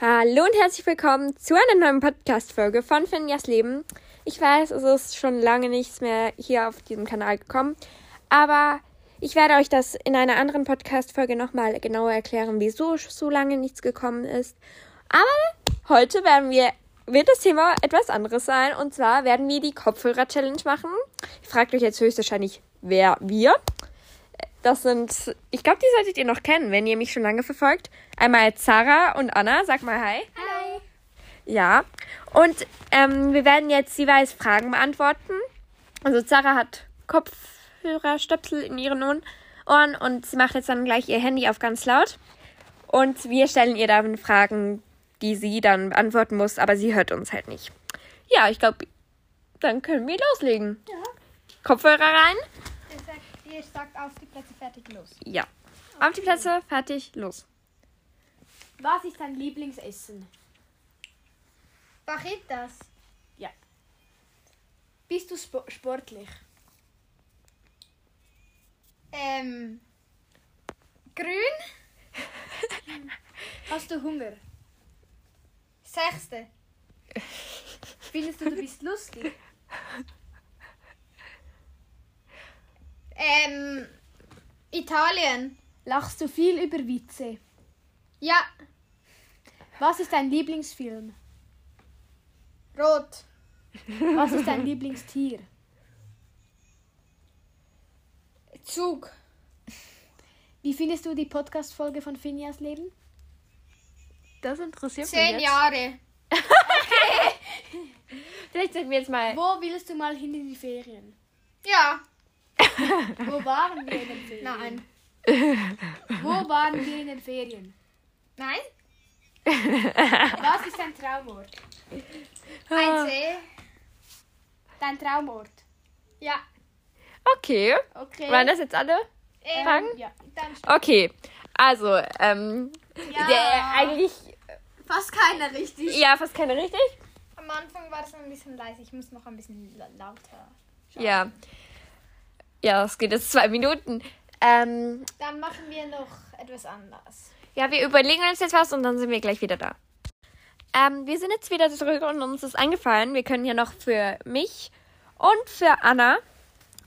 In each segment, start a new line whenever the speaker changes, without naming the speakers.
Hallo und herzlich willkommen zu einer neuen Podcast-Folge von Finjas Leben. Ich weiß, es ist schon lange nichts mehr hier auf diesem Kanal gekommen, aber ich werde euch das in einer anderen Podcast-Folge nochmal genauer erklären, wieso so lange nichts gekommen ist. Aber heute werden wir, wird das Thema etwas anderes sein und zwar werden wir die Kopfhörer-Challenge machen. Ihr fragt euch jetzt höchstwahrscheinlich, wer wir. Das sind, ich glaube, die solltet ihr noch kennen, wenn ihr mich schon lange verfolgt. Einmal Zara und Anna, sag mal Hi.
Hi.
Ja. Und ähm, wir werden jetzt jeweils Fragen beantworten. Also Zara hat Kopfhörerstöpsel in ihren Ohren Ohren und sie macht jetzt dann gleich ihr Handy auf ganz laut. Und wir stellen ihr dann Fragen, die sie dann beantworten muss, aber sie hört uns halt nicht. Ja, ich glaube, dann können wir loslegen.
Ja.
Kopfhörer rein.
Ihr sagt, ihr sagt auf die Plätze fertig los.
Ja. Auf die Plätze, fertig, los.
Was ist dein Lieblingsessen?
Barritas.
Bist du spo sportlich?
Ähm. Grün.
Hast du Hunger?
Sechste.
Findest du, du bist lustig?
Ähm. Italien.
Lachst du viel über Witze?
Ja.
Was ist dein Lieblingsfilm?
Rot.
Was ist dein Lieblingstier?
Zug.
Wie findest du die Podcast-Folge von Finjas Leben?
Das interessiert
Zehn Jahre.
Vielleicht sollten wir jetzt mal.
Wo willst du mal hin in die Ferien?
Ja.
Wo waren wir in den Ferien?
Nein.
Wo waren wir in den Ferien?
Nein?
Was ist dein Traumort?
Ah. Ein See.
Dein Traumort?
Ja.
Okay.
Okay.
Waren das jetzt alle?
Ähm,
Fragen?
ja.
Dann
Okay, also, ähm, der, eigentlich,
Fast keiner richtig.
ja, fast keine richtig.
Am Anfang war das noch ein bisschen leise. Ich muss noch ein bisschen la- lauter.
Ja. Ja, es geht jetzt zwei Minuten. Ähm,
Dann machen wir noch etwas anders.
ja, wir überlegen uns jetzt was und dann sind wir gleich wieder da. Ähm, wir sind jetzt wieder zurück und uns ist eingefallen, wir können ja noch für mich und für Anna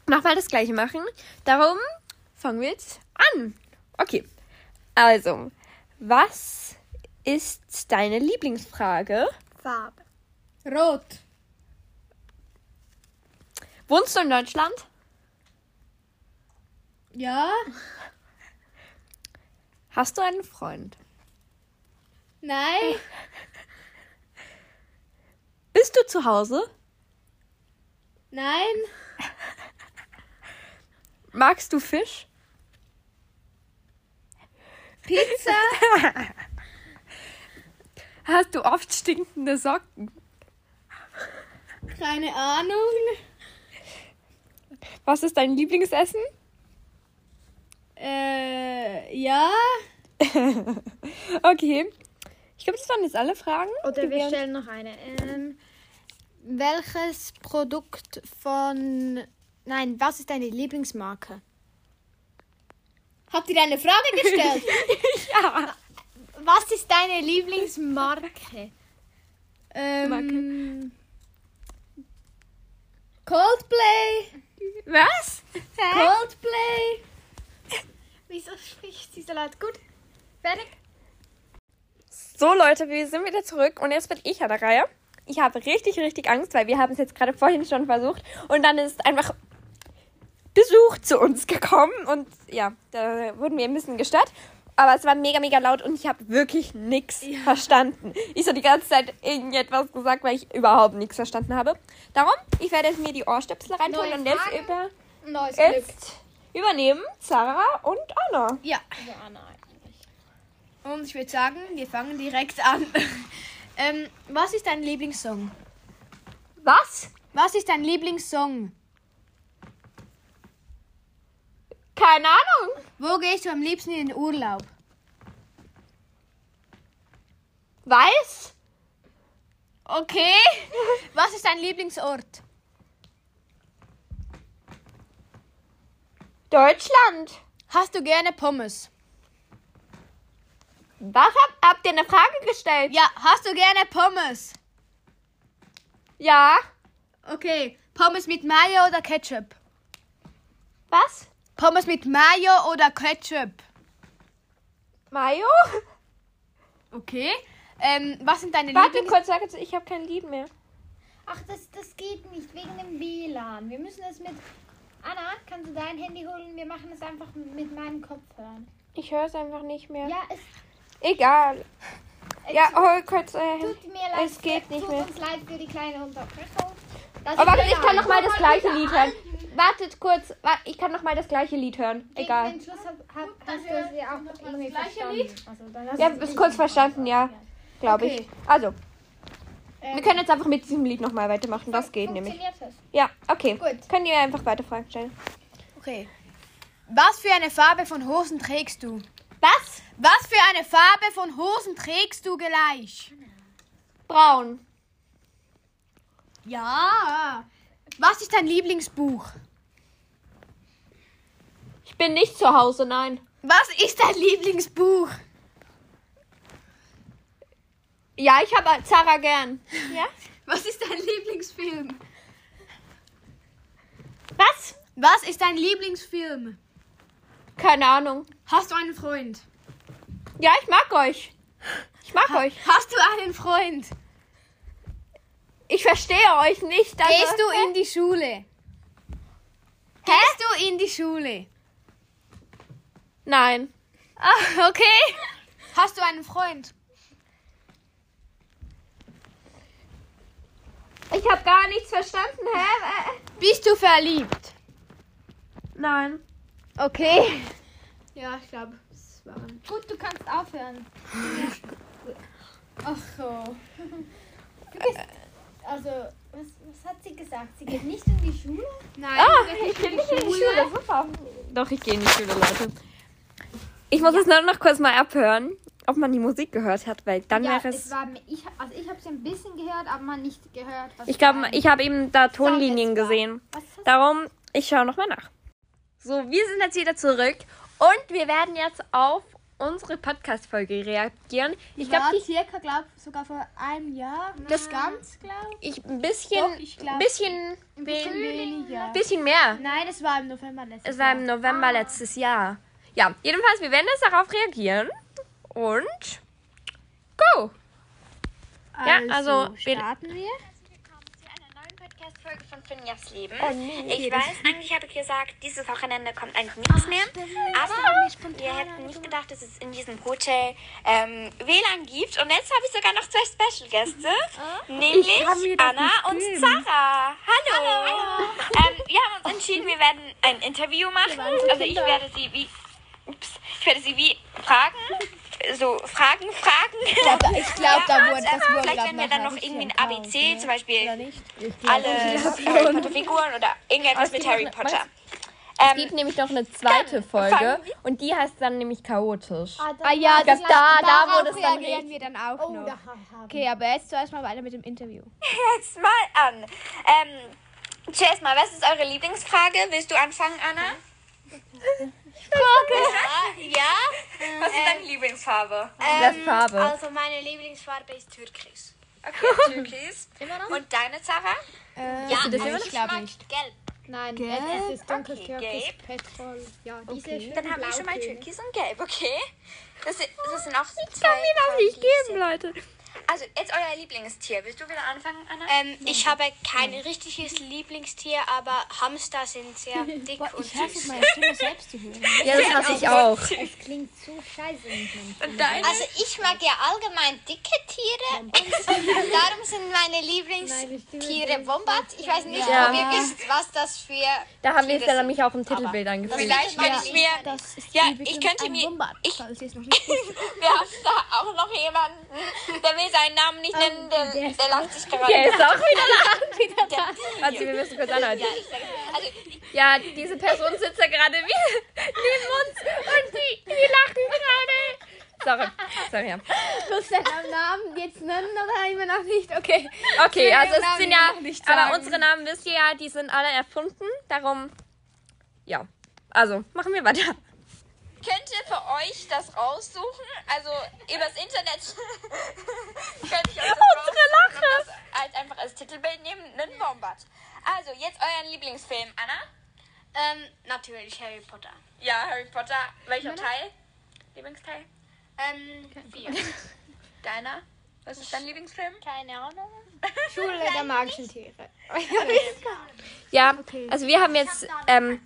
nochmal das gleiche machen. Darum fangen wir jetzt an. Okay, also, was ist deine Lieblingsfrage?
Farbe.
Rot.
Wohnst du in Deutschland?
Ja?
Hast du einen Freund?
Nein?
Bist du zu Hause?
Nein?
Magst du Fisch?
Pizza?
Hast du oft stinkende Socken?
Keine Ahnung.
Was ist dein Lieblingsessen?
Äh, ja.
Okay. Ich glaube, das waren jetzt alle Fragen.
Oder wir stellen noch eine. Ähm, welches Produkt von. Nein, was ist deine Lieblingsmarke?
Habt ihr eine Frage gestellt?
Ja.
Was ist deine Lieblingsmarke?
ähm, Coldplay.
Was?
Coldplay.
Wieso spricht sie so laut? Gut. Fertig?
So, Leute, wir sind wieder zurück und jetzt bin ich an der Reihe. Ich habe richtig, richtig Angst, weil wir haben es jetzt gerade vorhin schon versucht und dann ist einfach Besuch zu uns gekommen und ja, da wurden wir ein bisschen gestört. Aber es war mega, mega laut und ich habe wirklich nichts verstanden. Ich so die ganze Zeit irgendetwas gesagt, weil ich überhaupt nichts verstanden habe. Darum, ich werde jetzt mir die Ohrstöpsel reintun
Neue
und jetzt,
Fragen?
über,
Neues Glück.
jetzt übernehmen Sarah und Anna.
Ja.
Also Anna eigentlich.
Und ich würde sagen, wir fangen direkt an. ähm, was ist dein Lieblingssong?
Was?
Was ist dein Lieblingssong?
Keine Ahnung.
Wo gehst du am liebsten in den Urlaub?
Weiß?
Okay. Was ist dein Lieblingsort?
Deutschland.
Hast du gerne Pommes?
Was hab, habt ihr eine Frage gestellt?
Ja, hast du gerne Pommes?
Ja.
Okay. Pommes mit Mayo oder Ketchup?
Was?
Pommes mit Mayo oder Ketchup?
Mayo?
Okay. Ähm, was sind deine
Warte
Lieblings...
kurz, sag jetzt, ich habe kein Lied mehr.
Ach, das, das geht nicht wegen dem WLAN. Wir müssen es mit. Anna, kannst du dein Handy holen? Wir machen es einfach mit meinen Kopfhörern.
Ich höre es einfach nicht mehr.
Ja, es
Egal. Ja, hol kurz euer Handy.
tut mir leid.
Es geht nicht
tut
mehr.
uns leid für die kleine Unterbrechung. Das
Oh, warte,
ist
ich kann
egal.
nochmal das gleiche Lied hören. Wartet kurz, wa- ich kann nochmal das gleiche Lied hören.
Gegen
Egal.
Den Schluss hab, hab, hast du es ja auch irgendwie verstanden. Also, dann lass
Ja,
es
ist
nicht.
kurz verstanden, ja. Glaube ich. Also, wir können jetzt einfach mit diesem Lied nochmal weitermachen. Das geht nämlich.
Funktioniert es?
Ja, okay.
Gut.
Können ihr einfach weiter Fragen stellen.
Okay. Was für eine Farbe von Hosen trägst du?
Was?
Was für eine Farbe von Hosen trägst du gleich?
Braun.
Ja. Was ist dein Lieblingsbuch?
Ich bin nicht zu Hause, nein.
Was ist dein Lieblingsbuch?
Ja, ich habe Zara gern. Ja?
Was ist dein Lieblingsfilm?
Was?
Was ist dein Lieblingsfilm?
Keine Ahnung.
Hast du einen Freund?
Ja, ich mag euch. Ich mag euch.
Hast du einen Freund?
Ich verstehe euch nicht. Also,
Gehst du in die Schule? Gehst du in die Schule?
Nein.
Ah, okay. Hast du einen Freund?
Ich habe gar nichts verstanden, hä? Äh,
Bist du verliebt?
Nein.
Okay. Ja, ich glaube, es war.
Gut, du kannst aufhören. Ach so. Du bist, also, was, was hat sie gesagt? Sie geht nicht in die Schule?
Nein.
Ah, ich gehe nicht in die Schule. Super. Doch, ich gehe in die Schule, Leute. Ich muss es nur noch kurz mal abhören, ob man die Musik gehört hat, weil dann
Ja,
wäre
es
es.
war, ich, also ich habe sie ein bisschen gehört, aber man nicht gehört. Was
Ich
sie
glaube,
meint.
ich habe eben da
Sag
Tonlinien
jetzt mal.
gesehen.
Was hast du?
Darum, ich schaue nochmal nach. So, wir sind jetzt wieder zurück und wir werden jetzt auf unsere Podcast-Folge reagieren. Ich glaube,
war
die
circa, glaub, sogar vor einem Jahr.
Das-
ganz, glaube
ich ein bisschen,
Doch, ich glaub-
bisschen,
bisschen
wen-
weniger.
bisschen mehr.
Nein, es war im November letztes
Es war im November letztes Jahr. Ja, jedenfalls, wir werden jetzt darauf reagieren und go! Ja, also, wir-
starten wir.
willkommen zu einer neuen Podcast-Folge von Finjas Leben. ich weiß, eigentlich habe ich gesagt, dieses Wochenende kommt eigentlich nichts mehr. Aber wir hätten nicht gedacht, dass es in diesem Hotel ähm, WLAN gibt. Und jetzt habe ich sogar noch zwei Special-Gäste, nämlich Anna und Sarah. Hallo! Ähm, wir haben uns entschieden, wir werden ein Interview machen. Also ich werde sie wie... Ups, ich werde sie wie fragen, so Fragen, Fragen.
Ich glaube, da
Ja,
wurde das wurde,
Vielleicht
glaub,
werden wir dann noch irgendwie ein ABC, zum Beispiel
nicht.
alle Harry Potter Figuren oder irgendetwas mit Harry Potter. Ähm,
Es gibt nämlich noch eine zweite Folge
fangen
und die heißt dann nämlich chaotisch.
Ah ja, Oh, das,
glaub, da- da
darauf
wurde es dann
reagieren wir dann auch
Oh,
noch.
da haben
Okay, aber jetzt zuerst mal weiter mit dem Interview.
Jetzt mal an. Ähm, zuerst mal, was ist eure Lieblingsfrage? Willst du anfangen, Anna?
Ja, ja.
Was ist deine Lieblingsfarbe?
Das
Ähm,
Farbe.
Also meine Lieblingsfarbe ist Türkis.
Okay, Türkis. Und deine, Sarah?
ja,
du das immer
also
noch?
ich mag gelb.
Nein, es, es ist dunkel
Okay,
türkisch,
gelb.
Petrol. Ja, diese
Ähm,
schönen
Dann haben wir schon mal
Blautöne.
Türkis und Gelb, okay? Das, sind- das sind auch so Ich kann mir
Darf ich geben, Leute.
Also, jetzt euer Lieblingstier. Willst du wieder anfangen, Anna?
Ähm, ich habe kein richtiges Lieblingstier, aber Hamster sind sehr dick und süß.
Ja, das hasse ich auch.
Es klingt so scheiße. mit meinem
Und deine?
Also ich mag ja allgemein dicke Tiere und darum sind meine Lieblingstiere Wombat. Ich weiß nicht,
Ja.
ob ihr wisst, was das für...
Da haben wir
Tiere
es dann
sind.
nämlich auch im Titelbild angefühlt.
Vielleicht kann ich mir. Ja, ich könnte mir. Ich, wir haben da auch noch jemanden, der will seinen Namen nicht nennen, Ähm, der, der lacht sich gerade.
Der ist auch wieder da. Warte, wir müssen kurz anhalten.
Also,
Ja, diese Person sitzt da gerade wieder neben uns und die, die lachen gerade. Sorry, sorry. Ja.
Muss der Namen jetzt nennen oder immer noch nicht? Okay.
Okay, also es
Namen
sind ja,
noch nicht
aber
sagen.
unsere Namen wisst ihr ja, die sind alle erfunden. Darum, ja. Also, machen wir weiter.
könnt ihr für euch das raussuchen? Also übers Internet könnt ihr euch das raussuchen und das halt einfach als Titelbild nehmen, einen Wombat. Also, jetzt euren Lieblingsfilm, Anna?
Ähm, natürlich Harry Potter.
Ja, Harry Potter. Welcher Teil? Lieblingsteil?
Ähm, vier.
Deiner? Was ist dein Lieblingsfilm?
Schule der magischen Tiere.
Ja, also wir haben jetzt. Ähm,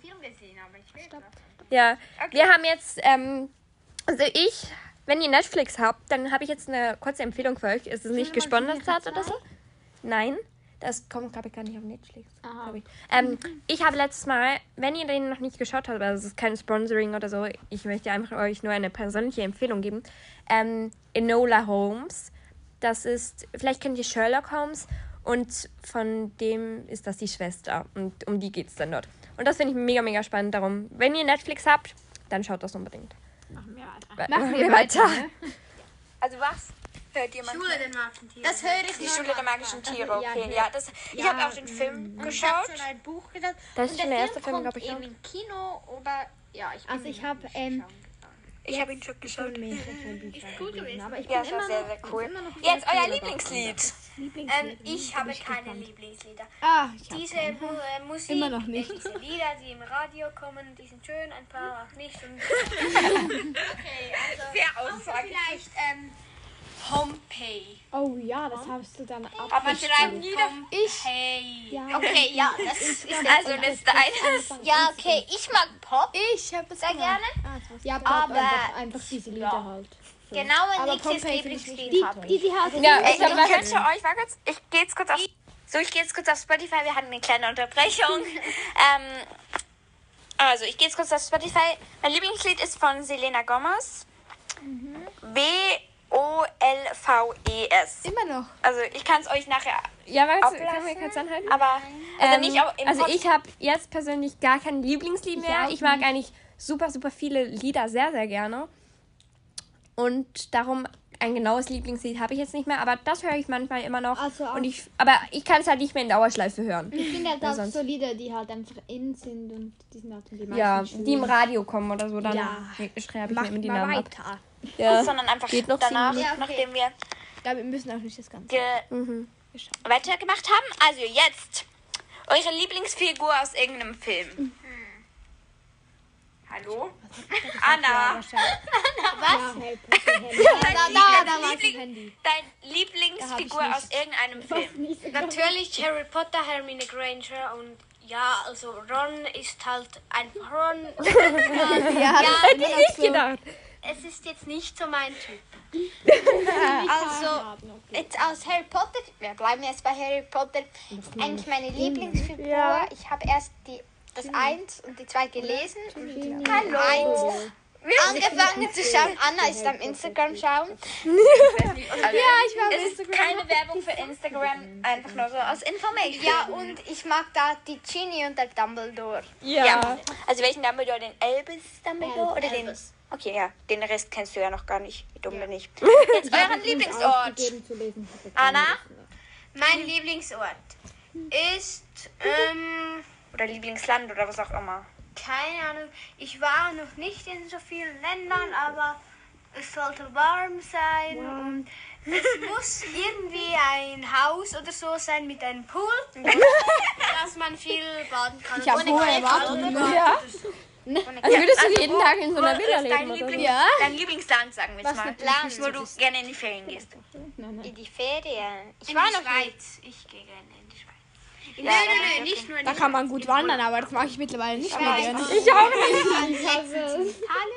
ja, wir haben jetzt. Ähm, also ich, wenn ihr Netflix habt, dann habe ich jetzt eine kurze Empfehlung für euch. Ist es nicht gesponsert oder so? Nein. Das kommt, glaube ich, gar nicht auf Netflix. glaub Ich. Ähm, ich habe letztes Mal, wenn ihr den noch nicht geschaut habt, also es ist kein Sponsoring oder so, ich möchte einfach euch nur eine persönliche Empfehlung geben. Ähm, Enola Holmes. Das ist, vielleicht kennt ihr Sherlock Holmes und von dem ist das die Schwester und um die geht es dann dort. Und das finde ich mega, mega spannend. Darum, wenn ihr Netflix habt, dann schaut das unbedingt. Machen wir weiter. Machen wir weiter. ne?
Also was? Hört ihr manchmal?
der magischen Tiere.
Das höre ich
Die
nur
Schule der
noch.
magischen Tiere, okay. Ja, mm. das, ich habe auch den
Ich
Film
habe
geschaut.
schon ein Buch gedacht.
Das ist
Und
schon der erste Film,
Film
glaube ich.
kommt
auch.
eben im Kino, aber ja, ich bin
Also ich habe ähm,
Ich habe ihn schon geschaut.
ist gut gewesen. Aber ich
Ja,
bin
es
immer
war
noch,
sehr, sehr cool.
immer noch
Jetzt euer Lieblingslied.
Lieblingslied.
ich habe keine Lieblingslieder.
Ah, ich hab
Diese äh, Musik,
immer noch nicht.
diese Lieder, die im Radio kommen, die sind schön, ein paar auch nicht. Und
Sehr aussagend.
vielleicht ähm, Homepay.
Oh ja, das hast du dann ab.
Aber schreiben Lieder.
Hey.
Ja,
Okay, ja, das ist
Also Liste 1.
ja okay. Ich mag Pop.
ich habe es Ah,
Sehr
gemacht. Ja, Pop
Aber-
einfach, einfach diese Lieder halt.
Genau,
Aber
nächstes
Pompeii finde ich
Lieblingslied
nicht
habe
toll.
ich.
Ja, ich
Äh, Ich
glaube,
könnte euch, war kurz, ich gehe jetzt kurz auf, so, ich gehe jetzt kurz auf Spotify, wir hatten eine kleine Unterbrechung. ähm, also, ich gehe jetzt kurz auf Spotify. Mein Lieblingslied ist von Selena Gomez.
Mhm.
B-O-L-V-E-S.
Immer noch.
E Also, ich kann es euch nachher
ja, warte,
ablassen.
können wir kurz anhalten?
Aber, also
Ähm,
nicht auch im
also
Pod-
ich habe jetzt persönlich gar kein Lieblingslied mehr.
auch
Ich mag eigentlich super, super viele Lieder sehr, sehr gerne. Und darum ein genaues Lieblingslied habe ich jetzt nicht mehr, aber das höre ich manchmal immer noch.
Also auch-
und ich, aber ich kann es halt nicht mehr in Dauerschleife hören.
Ich finde halt
sonst-
auch so Lieder, die halt einfach in sind und die sind halt die meisten
Ja,
schön.
die im Radio kommen oder so, dann
Ja.
schreibe ich mir
Macht
immer die
mal
Namen ab.
weiter.
Ja.
sondern einfach
äh, Geht noch
danach,
ziemlich-
nachdem wir
Damit müssen auch nicht das Ganze.
ge
Mhm.
weitergemacht haben. Also jetzt eure Lieblingsfigur aus irgendeinem Film.
Mhm.
Hallo? Anna,
Was? Ja, da, da, da war
Liebling-
das Handy.
dein Lieblingsfigur
Da hab ich
aus irgendeinem Film.
Natürlich Harry Potter, Hermine Granger und ja, also Ron ist halt einfach Ron.
Ja,
Hätte ich nicht gedacht.
es ist jetzt nicht so mein Typ.
Also, jetzt aus Harry Potter, wir bleiben jetzt bei Harry Potter, ist eigentlich meine Lieblingsfigur. Ich habe erst die, das 1 und die 2 gelesen. und Hallo! Eins. Also Angefangen zu schauen, Anna ist am Instagram schauen.
Es ist keine Werbung für Instagram, einfach nur so aus Information.
Ja, und ich mag da die Genie und der Dumbledore.
Ja.
Ja. Also welchen Dumbledore? Den Elvis Dumbledore oder den? Okay, ja. Den Rest kennst du ja noch gar nicht. Wie dumm bin ich. Jetzt euren Lieblingsort.
Ausgegeben zu lesen.
Anna
Mein Lieblingsort ist, ähm,
oder Lieblingsland oder was auch immer.
keine Ahnung, ich war noch nicht in so vielen Ländern, aber es sollte warm sein und es muss irgendwie ein Haus oder so sein mit einem Pool, dass man viel baden kann.
Ich habe hohe Erwartungen. Ja. Also würdest du jeden Tag in so einer Villa leben oder so?
ja. dein Lieblingsland, sagen wir jetzt mal. Land, wo du gerne in die Ferien gehst.
In die Ferien. Ich
Ich
war
war
noch nie.
Schweiz. Ich gehe gerne in die Schweiz.
Ja,
nein, nein, nein, nicht nur in die Schweiz.
man gut wandern, aber das mache ich mittlerweile nicht mehr gerne.
Ich auch nicht.
Italien,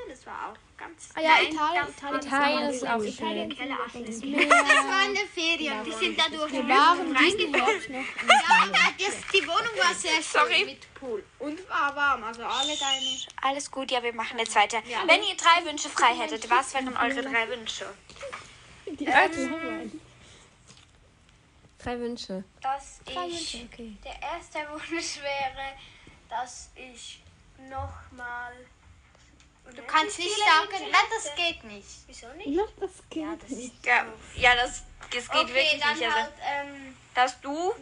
das war auch ganz.
Ah, ja, Italien. Italien,
Italien ist auch schön.
Italien, Keller, Aschlitz.
Das war eine Ferien. Wir sind da durch die
Waren diesen Herbst noch.
Die Wohnung war sehr
Sorry.
Mit Pool. Und war warm, also alle deine.
Alles gut, ja, wir machen jetzt weiter. Wenn ihr drei Wünsche frei hättet, was wären eure drei Wünsche?
Die ähm,
Drei Wünsche.
Dass ich.
okay.
Der erste Wunsch wäre, dass ich nochmal.
Du kannst nicht sagen, nein, das geht nicht.
Wieso nicht?
Noch das Kind.
Ja, ja das, das geht
Okay,
wirklich
dann
nicht. Also,
halt, ähm,
dass du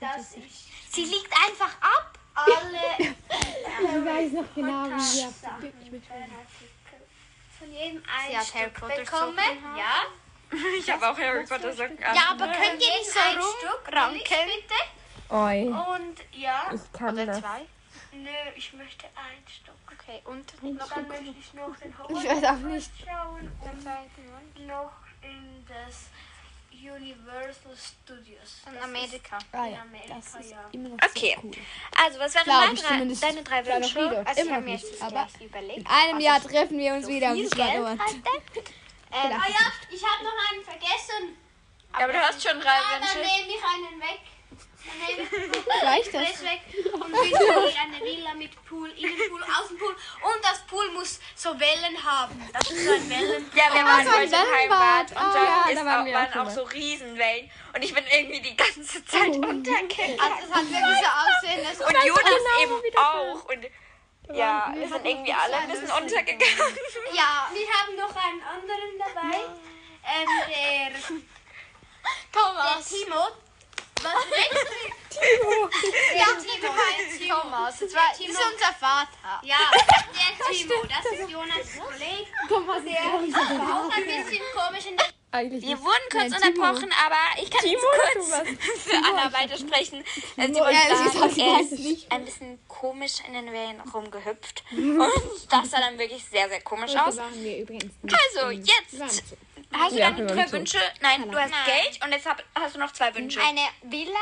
dass ich
Sie liegt einfach ab.
alle
Ich weiß noch genau, wie wir
Sachen verrate. von jedem
Sie
ein
hat Harry
Stück
Potter
bekommen.
Socken.
Ja.
Ich habe auch Harry Potter Socken an.
Ja, aber könnt ihr nicht
Jedem
so
ein Stück, will ich
rumranken?
bitte.
Oi,
Und ja,
ich kann
Oder
das.
zwei?
nö, ich möchte ein Stück.
Okay, und?
Noch dann möchte ich noch den Horror
Ich weiß auch nicht.
schauen und noch in das Universal Studios.
In
Das
Amerika.
Ah
Ist in Amerika, ja.
Okay. Also, was waren
Glaub
deine
ich
drei,
zumindest.
deine drei
Kleiner
Wünsche?
Friede.
Also ich
Immer
habe mir
nicht,
jetzt
aber-
gleich überlegt.
In einem Jahr treffen wir uns wieder und
viel
ich war
Geld
dort.
hatte. Ähm,
Oh ja, ich habe noch einen vergessen.
Aber du hast schon drei
Ah, dann
Wünsche.
nehme ich einen weg. Dann nehme ich
Reicht das?
alles weg und will hier eine Villa mit Pool, Innenpool, Außenpool und das Pool muss so Wellen haben. Das ist so ein Wellen.
Ja, wir waren
so ein
heute im
Wellenbad.
Heimbad und
Ah,
dann
ja,
ist
da
auch,
waren wir auch Oh,
waren auch so Riesenwellen und ich bin irgendwie die ganze Zeit untergegangen.
also es hat wirklich so aussehen, dass
Und Jonas
genau
eben auch und ja, wir sind irgendwie alle ein bisschen untergegangen.
Ja, wir haben noch einen anderen dabei. Ähm, der,
Thomas,
Timo. Was
ja, Timo, Thomas, das, war, das ist unser Vater.
Ja, der Timo, das ist Jonas Kollege. Der auch ein bisschen komisch in der
Eigentlich
Wir
nicht.
wurden kurz
Nein, Timo.
unterbrochen, aber ich kann jetzt kurz für Anna weitersprechen. Äh, Sie wollte
ehrlich
sagen,
gesagt, ich
er
weiß
ist
nicht.
ein bisschen komisch in den Wellen rumgehüpft und das sah dann wirklich sehr, sehr komisch aus.
Heute waren wir übrigens nicht.
Also,
im
jetzt
Land.
hast du
Ja,
deine
wir waren
drei
so.
Wünsche. Nein, du hast Geld und jetzt hab- hast du noch
Hm.
zwei Wünsche.
Eine Villa,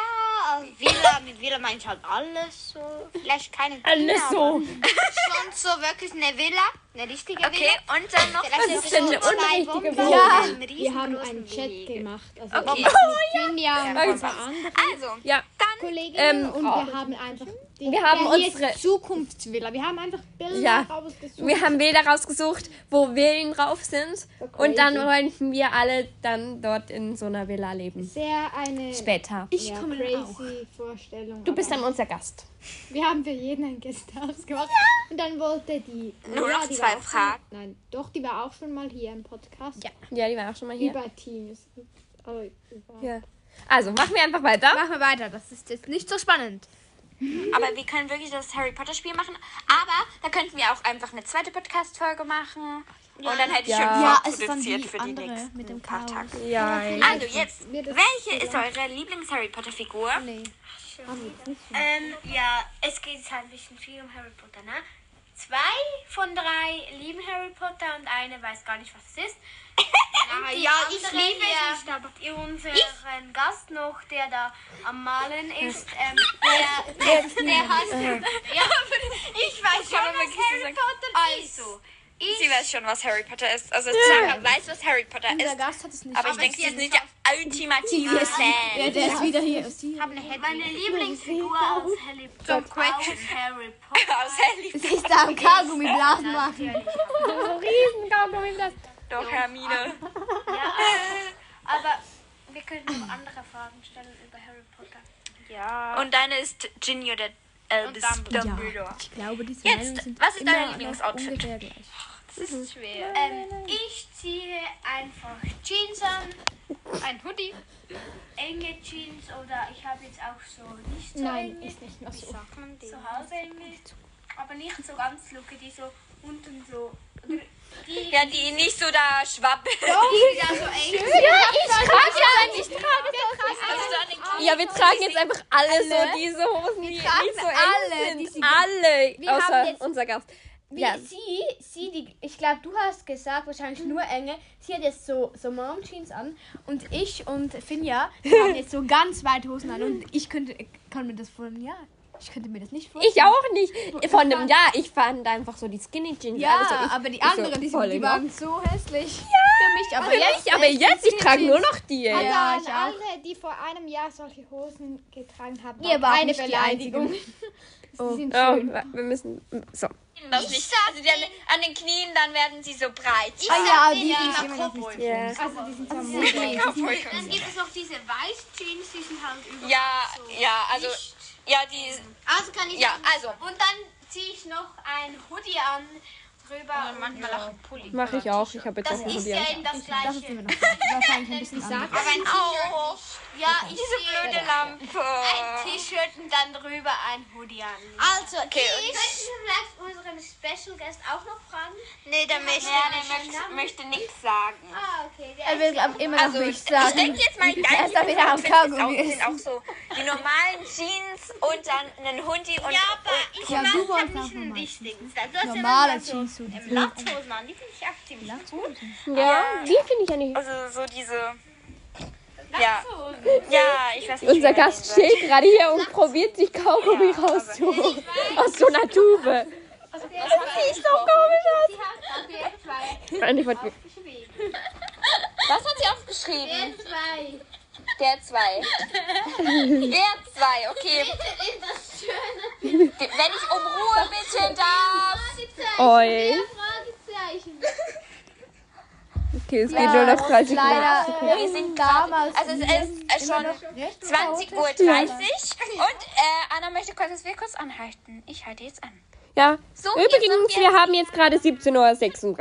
also Villa, mit Villa meine ich halt alles so. Vielleicht keine Villa,
Alles so.
aber schon so wirklich eine Villa, eine richtige
Okay,
Villa.
und dann noch
Vielleicht
was
ist
ist
es
denn
so
der
zwei
unrichtige
Wohnungen
Villa?
mit einem
Wir haben
riesengroßen
einen Chat
Weg.
gemacht. Also ich
Okay.
mit Ninja und ein
Irgendwas.
paar andere
Also,
Ja,
dann
Kolleginnen
Ähm,
und wir haben einfach die
wir haben
ja, hier ist
unsere-
Zukunftsvilla. Wir haben einfach Bilder
Ja.
rausgesucht.
wir haben Bilder rausgesucht, wo Villen drauf sind. Und dann wollten wir alle dann dort in so einer Villa leben.
sehr eine
Später.
Ich ja, komme crazy Vorstellung.
Du bist dann unser Gast.
Wir haben für jeden ein Gästehaus gemacht. Und dann wollte die.
Nur
Lea,
noch
die
zwei
war auch
Fragen.
Schon, nein, doch, die war auch schon mal hier im Podcast.
Ja, die waren auch schon mal hier.
Über Teams. Also, über
Ja. Also, machen wir einfach weiter.
Machen wir weiter, das ist jetzt nicht so spannend.
Aber wir können wirklich das Harry Potter Spiel machen. Aber da könnten wir auch einfach eine zweite Podcast Folge machen. Und dann hätte ich
Ja, es
schon
ist dann
vorproduziert
die
für die
andere
nächsten
mit dem
paar
Chaos.
Tage.
Ja.
Also jetzt,
mir das
welche ist eure Lieblings Harry Potter Figur?
Oh,
Ähm, ja, es geht jetzt halt ein bisschen viel um Harry Potter, ne? Zwei von drei lieben Harry Potter und eine weiß gar nicht, was es ist. Und die
ja, ich
andere
liebe
hier,
es
ihr Unseren Gast noch, der da am Malen ist, ähm, der, der hat... Ja, ich weiß schon,
man wirklich
was
so
Harry
sagen.
Potter ist. Also, ich...
Sie weiß schon, was Harry Potter ist. Also Sarah weiß, was Harry Potter ist.
Gast hat es nicht.
Aber ich denke, sie ist nicht der ultimative
Ja,
Fan.
der ist wieder hier. Ist hier.
Meine Lieblingsfigur aus Harry Potter. Aus Harry Potter.
Aus Harry
Sie ist da am Kaugummi blasen machen.
Doch, Hermine.
Ja, aber wir könnten noch andere Fragen stellen über Harry Potter.
Und deine ist Ginny oder Albus Dumbledore.
Ich glaube, diese
Jetzt,
Meinungen sind
was ist dein
immer noch
Lieblingsoutfit?
ungefähr gleich.
Ähm, ich ziehe einfach Jeans an,
Ein Hoodie.
enge Jeans oder ich habe jetzt auch so nicht so
Nein,
enge,
ist nicht mehr so.
so halb enge, aber nicht so ganz Lücke, die so unten so. Oder die,
Ja, die nicht so da schwabbelt.
Ja, wir tragen jetzt einfach alle, so diese Hosen, Also, die nicht so eng sind. Alle, außer unser Gast. Ja,
Sie, sie, die, ich glaube, du hast gesagt,
Mhm.
wahrscheinlich nur Enge, sie hat jetzt so, so Mom Jeans an und ich und Finja die haben jetzt so ganz weit Hosen an und ich könnte, ich kann mir das vorstellen, ja, ich könnte mir das nicht vorstellen.
ich auch nicht. Von einem Jahr, ich fand einfach so die Skinny Jeans.
Ja,
alle so, ich,
aber die
ich so,
anderen, die,
voll
sind, die
in
waren so hässlich. Für mich, aber
Für
jetzt.
mich, aber jetzt, ich trage nur noch die.
Ja,
Ja,
Also, ich
ich
auch.
alle, die vor einem Jahr solche Hosen getragen haben,
Ihr
waren
wart
keine
nicht die
Beleidigung. Sie sind
Oh,
schön.
wir müssen. So.
Das nicht. Also die an, an den Knien, dann werden sie so breit.
Ah ja, die ist immer noch nicht.
Ja.
Also die sind so modisch.
dann gibt es noch diese weiß Jeans, die sind halt über.
Ja, ja, also. Ja, die.
Also kann ich.
Ja, also.
Und dann ziehe ich noch ein Hoodie an drüber. Und manchmal auch.
Mache ich auch. Ich habe jetzt
Das
auch ein
ist
Hoodie
ja
an.
eben das
Das ist
gleiche. oh.
immer noch. Wahrscheinlich ein bisschen anders.
Aber ein T-Shirt.
Ja, ich sehe blöde Lampe. Ein T-Shirt und dann drüber ein Hoodie an.
Also, ich.
Möchtest du vielleicht unseren Special Guest auch noch fragen?
Nee, da möchte ich nicht.
möchte nichts sagen.
Ah, okay.
Er will glaub, immer noch
Also,
nichts
ich
sagen.
denke jetzt mal, dein
ist da wieder am Kaugummi
Outfit ist auch so die normalen Jeans und dann einen Hundi und...
Ja, aber ich
Ja,
mag
du wolltest
halt
auch
nicht ein
nochmal.
Dichdings.
Also,
Da sollst du
Normale
immer so
Jeans, so die
ähm, Latzhosen an. Die finde ich auch ziemlich gut.
Ja, die finde ich ja nicht.
Also so diese... Ja. ja, ich weiß nicht. wie
Unser
man
Gast
den sagt.
steht gerade hier und probiert sich Kaugummi rauszuholen. Aus so einer Tube. Das sieht so komisch aus. Freunde von mir.
Was hat sie aufgeschrieben? Der zwei. Der zwei, okay. Wenn ich um Ruhe bitten darf.
Oi. Okay, es geht nur noch 30 Minuten.
Wir sind gerade, also es ist schon 20.30 Uhr und äh, Anna möchte kurz, dass wir kurz anhalten. Ich halte jetzt an.
Ja,
So,
übrigens,
jetzt
wir haben jetzt gerade 17.36 Uhr.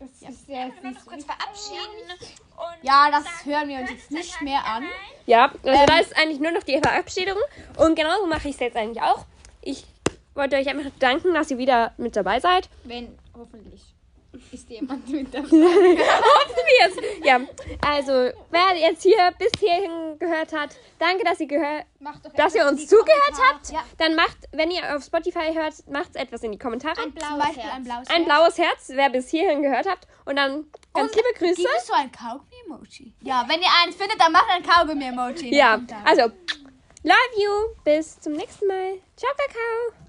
noch kurz verabschieden. Und
Ja, das hören wir uns jetzt nicht mehr an.
Ja, also da ist eigentlich nur noch die Verabschiedung. Und genauso mache ich es jetzt eigentlich auch. Ich wollte euch einfach danken, dass ihr wieder mit dabei seid.
Wenn, hoffentlich, ist jemand mit dabei.
Yes. Ja, also wer jetzt hier bis hierhin gehört hat, danke, dass ihr gehört,
Macht doch etwas
dass ihr
in
uns
die
zugehört
Kommentare.
habt.
Ja,
Dann macht, wenn ihr auf Spotify hört, macht etwas in die Kommentare. Ein,
zum Beispiel ein blaues Herz.
blaues Herz, wer bis hierhin gehört habt. Und dann ganz liebe Grüße.
Gibt es so ein Kaugummi-Emoji? Ja, wenn ihr eins findet, dann macht ein Kaugummi-Emoji. in die
Ja,
Kommentare.
also love you, bis zum nächsten Mal. Ciao, Kakao.